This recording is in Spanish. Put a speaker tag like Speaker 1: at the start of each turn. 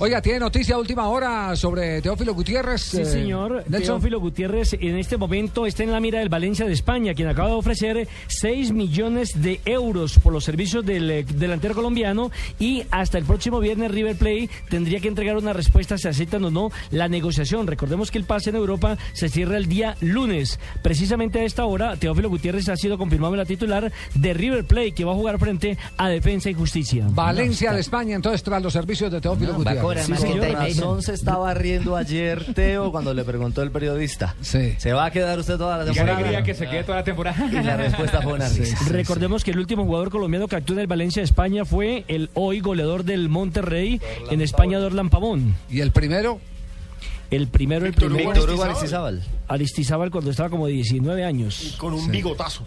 Speaker 1: Oiga, tiene noticia a última hora sobre Teófilo Gutiérrez.
Speaker 2: Sí,
Speaker 1: eh,
Speaker 2: señor.
Speaker 1: Nelson.
Speaker 2: Teófilo Gutiérrez en este momento está en la mira del Valencia de España, quien acaba de ofrecer 6 millones de euros por los servicios del eh, delantero colombiano y hasta el próximo viernes River Play tendría que entregar una respuesta si aceptan o no la negociación. Recordemos que el pase en Europa se cierra el día lunes. Precisamente a esta hora, Teófilo Gutiérrez ha sido confirmado en la titular de River Play, que va a jugar frente a Defensa y Justicia.
Speaker 1: Valencia de España, entonces, tras los servicios de Teófilo
Speaker 3: Va a
Speaker 1: Gutiérrez.
Speaker 3: cobrar
Speaker 2: Sí,
Speaker 3: más que
Speaker 2: señor.
Speaker 3: Con razón se estaba riendo ayer Teo cuando le preguntó el periodista.
Speaker 1: Sí.
Speaker 3: ¿Se va a quedar usted toda la
Speaker 4: Qué
Speaker 3: temporada?
Speaker 4: alegría que se quede toda la temporada.
Speaker 3: Y la respuesta fue una risa.
Speaker 2: Recordemos que el último jugador colombiano que actuó en el Valencia de España fue el hoy goleador del Monterrey en España, Dorlan Pavón.
Speaker 1: Y el primero,
Speaker 2: El primero, el
Speaker 5: Víctor
Speaker 2: primero,
Speaker 5: Hugo.
Speaker 3: Víctor Hugo Aristizábal.
Speaker 2: Aristizábal cuando estaba como de 19 años.
Speaker 5: Con un bigotazo.